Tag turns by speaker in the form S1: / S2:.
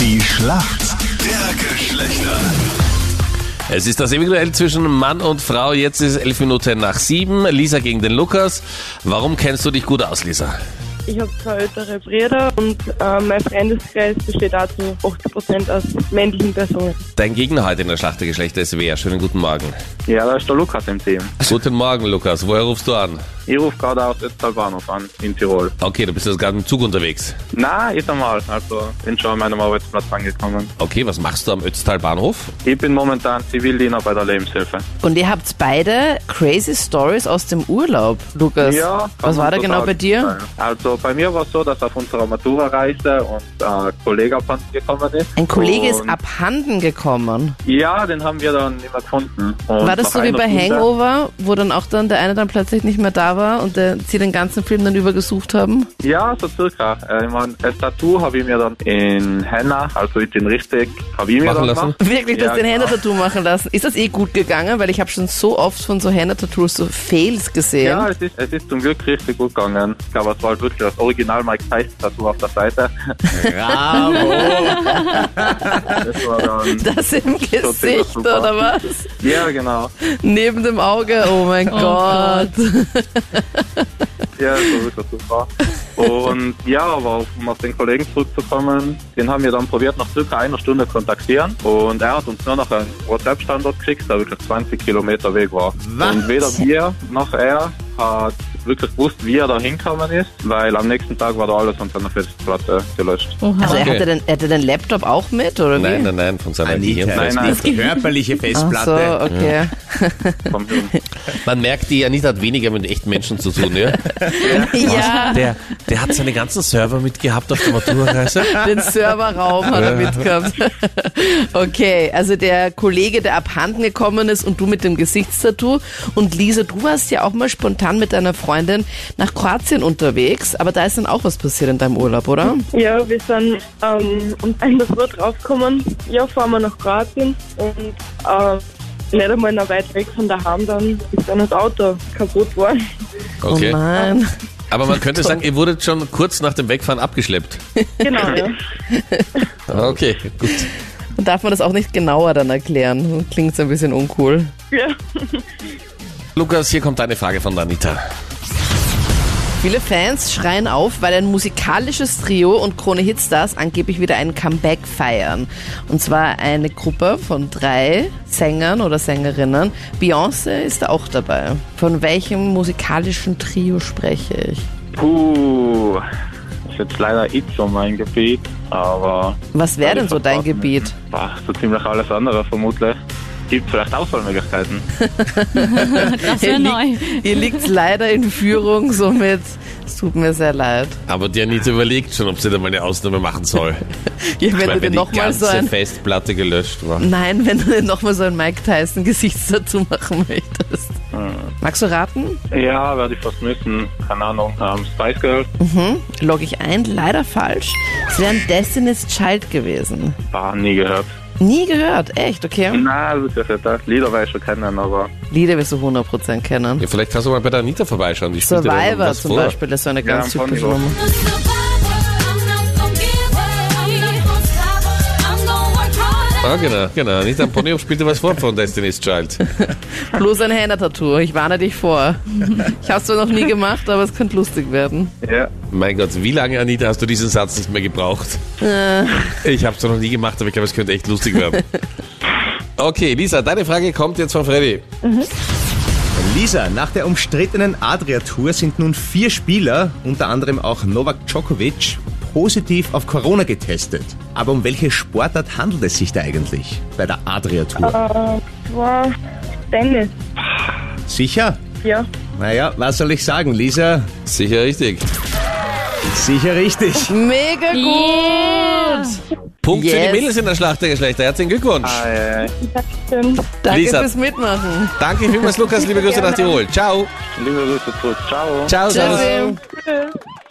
S1: Die Schlacht der Geschlechter.
S2: Es ist das ewige Duell zwischen Mann und Frau. Jetzt ist elf Minuten nach sieben. Lisa gegen den Lukas. Warum kennst du dich gut aus, Lisa?
S3: Ich habe zwei ältere Brüder und äh, mein Freundeskreis besteht auch zu 80% aus männlichen Personen.
S2: Dein Gegner heute in der Schlacht der Geschlechter ist wer? Schönen guten Morgen.
S4: Ja, da ist der Lukas im Team.
S2: Guten Morgen, Lukas. Woher rufst du an?
S4: Ich rufe gerade aus Ötztalbahnhof an, in Tirol.
S2: Okay, du bist jetzt gerade im Zug unterwegs.
S4: Na, jetzt einmal. Also bin schon an meinem Arbeitsplatz angekommen.
S2: Okay, was machst du am Ötztal Bahnhof?
S4: Ich bin momentan Zivildiener bei der Lebenshilfe.
S5: Und ihr habt beide crazy Stories aus dem Urlaub, Lukas.
S4: kann
S5: Was
S4: man
S5: war da
S4: so
S5: genau
S4: sagen.
S5: bei dir?
S4: Also bei mir war es so, dass auf unserer Matura-Reise und äh, ein Kollege abhanden gekommen ist.
S5: Ein Kollege ist
S4: Und-
S5: abhanden gekommen.
S4: Ja, den haben wir dann nicht mehr gefunden. Und
S5: War das
S4: nach
S5: so wie
S4: einer
S5: bei
S4: Stunde-
S5: Hangover, wo dann auch dann der eine dann plötzlich nicht mehr da war und der, sie den ganzen Film dann übergesucht haben?
S4: Ja, so circa. Äh, ich mein, das Tattoo habe ich mir dann in Henna, also ich den richtig, habe ich mir
S2: Machen
S4: dann
S2: lassen?
S4: gemacht.
S5: Wirklich, du
S4: Ja,
S5: hast den
S4: genau.
S5: Händetattoo machen lassen. Ist das eh gut gegangen? Weil ich habe schon so oft von so Händetattoos so Fails gesehen.
S4: Ja, es ist, es ist zum Glück richtig gut gegangen. Ich glaube, es war halt wirklich das Original Mike Tyson Tattoo auf der Seite.
S2: Bravo!
S4: Das war dann,
S5: Das im Gesicht
S4: super.
S5: oder was?
S4: ja, genau.
S5: Neben dem Auge, oh mein Gott.
S4: Ja, so ist das super. Und ja, aber auf- um auf den Kollegen zurückzukommen, den haben wir dann probiert, nach circa einer Stunde kontaktieren. Und er hat uns nur noch einen WhatsApp-Standort geschickt, der wirklich 20 Kilometer weg war.
S2: Was?
S4: Und weder wir noch er hat wirklich gewusst, wie er da hingekommen ist, weil am nächsten Tag war da alles unter einer Festplatte gelöscht.
S5: Also er
S2: Okay.
S5: hatte den, er hatte den Laptop auch mit, oder wie?
S2: Nein, nein, nein, von seiner
S6: Anita,
S4: Nein,
S2: Gehirnfest.
S4: nein.
S6: die körperliche
S5: Ach so,
S6: Festplatte.
S5: okay.
S4: Vom Hirn.
S2: Man merkt, die Anita hat weniger mit echten Menschen zu tun, ja?
S5: Ja,
S2: Der, der hat seine ganzen Server mitgehabt auf der Maturreise.
S5: den Serverraum hat er mitgehabt. Okay, also der Kollege, der abhanden gekommen ist und du mit dem Gesichtstattoo. Und Lisa, du warst ja auch mal spontan mit deiner Freundin nach Kroatien unterwegs, aber da ist dann auch was passiert in deinem Urlaub, oder?
S3: Ja, wir sind ähm, um ein das Uhr draufgekommen. Ja, fahren wir nach Kroatien und äh, nicht einmal noch weit weg von daheim, dann ist dann das Auto kaputt worden.
S2: Okay.
S5: Oh nein.
S2: Aber man könnte sagen, ihr wurdet schon kurz nach dem Wegfahren abgeschleppt.
S3: Genau, ja.
S2: Okay, gut.
S5: Und darf man das auch nicht genauer dann erklären? Klingt ein bisschen uncool.
S3: ja.
S2: Lukas, hier kommt eine Frage von der Anita.
S5: Viele Fans schreien auf, weil ein musikalisches Trio und Krone Hitstars angeblich wieder ein Comeback feiern. Und zwar eine Gruppe von drei Sängern oder Sängerinnen. Beyoncé ist da auch dabei. Von welchem musikalischen Trio spreche ich?
S4: Puh, ist jetzt leider ich so mein Gebiet, aber
S5: Was wäre denn so dein
S4: Verpassen.
S5: Gebiet?
S4: Boah, so ziemlich alles andere vermutlich. Gibt vielleicht Auswahlmöglichkeiten.
S7: Das wäre neu.
S5: Ihr liegt leider in Führung, somit es tut mir sehr leid.
S2: Aber die Anita überlegt schon, ob sie da mal eine Ausnahme machen soll.
S5: Ihr
S2: Weil
S5: werdet
S2: wenn
S5: ihr
S2: die
S5: nochmal so
S2: ganze
S5: ein...
S2: Festplatte gelöscht war.
S5: Nein, wenn du nochmal so ein Mike Tyson Gesichtstattoo machen möchtest.
S2: Ah.
S5: Magst du raten?
S4: Ja, werde ich fast müssen. Keine Ahnung. Ähm, Spice Girls.
S5: logge ich ein, leider falsch. Es wäre ein Destiny's Child gewesen.
S4: Bah, nie gehört.
S5: Nie gehört, echt, okay.
S4: Na, wirklich nicht. Das Lieder weiß ich schon kennen, aber
S5: Lieder wirst du 100% kennen.
S2: Ja, vielleicht kannst du mal bei der Anita vorbeischauen. Die spielt dir dann
S5: Survivor
S2: was
S5: zum
S2: vor.
S5: Beispiel ist so eine ganz
S4: Ja, am
S5: typische
S4: Ponyhof.
S5: Nummer.
S7: I'm not gonna give up. I'm not gonna stop. I'm gonna work hard.
S2: Ah, genau, genau. Anita am Ponyhof spielt dir was vor von Destiny's Child.
S5: Bloß ein Henna-Tattoo, ich warne dich vor. Ich habe zwar noch nie gemacht, aber es könnte lustig werden.
S4: ja.
S2: Mein Gott, wie lange, Anita, hast du diesen Satz nicht mehr gebraucht?
S5: Äh.
S2: Ich habe es noch nie gemacht, aber ich glaube, es könnte echt lustig werden. Okay, Lisa, deine Frage kommt jetzt von Freddy.
S6: Lisa, nach der umstrittenen Adria-Tour sind nun vier Spieler, unter anderem auch Novak Djokovic, positiv auf Corona getestet. Aber um welche Sportart handelt es sich da eigentlich bei der Adria-Tour?
S3: Wow. Dennis,
S6: Sicher?
S3: ja.
S6: Naja, was soll ich sagen, Lisa?
S2: Sicher richtig.
S6: Sicher richtig.
S5: Mega gut!
S2: Punkt für
S5: Yes.
S2: die Mädels in der Schlacht der Geschlechter. Herzlichen Glückwunsch.
S4: Äh,
S3: Schön.
S5: Danke
S2: Lisa.
S5: fürs Mitmachen.
S2: Danke vielmals, Lukas. Liebe Grüße nach Tirol. Ciao.
S4: liebe Grüße zurück. Ciao.
S2: Ciao. servus.
S5: Tschüssi.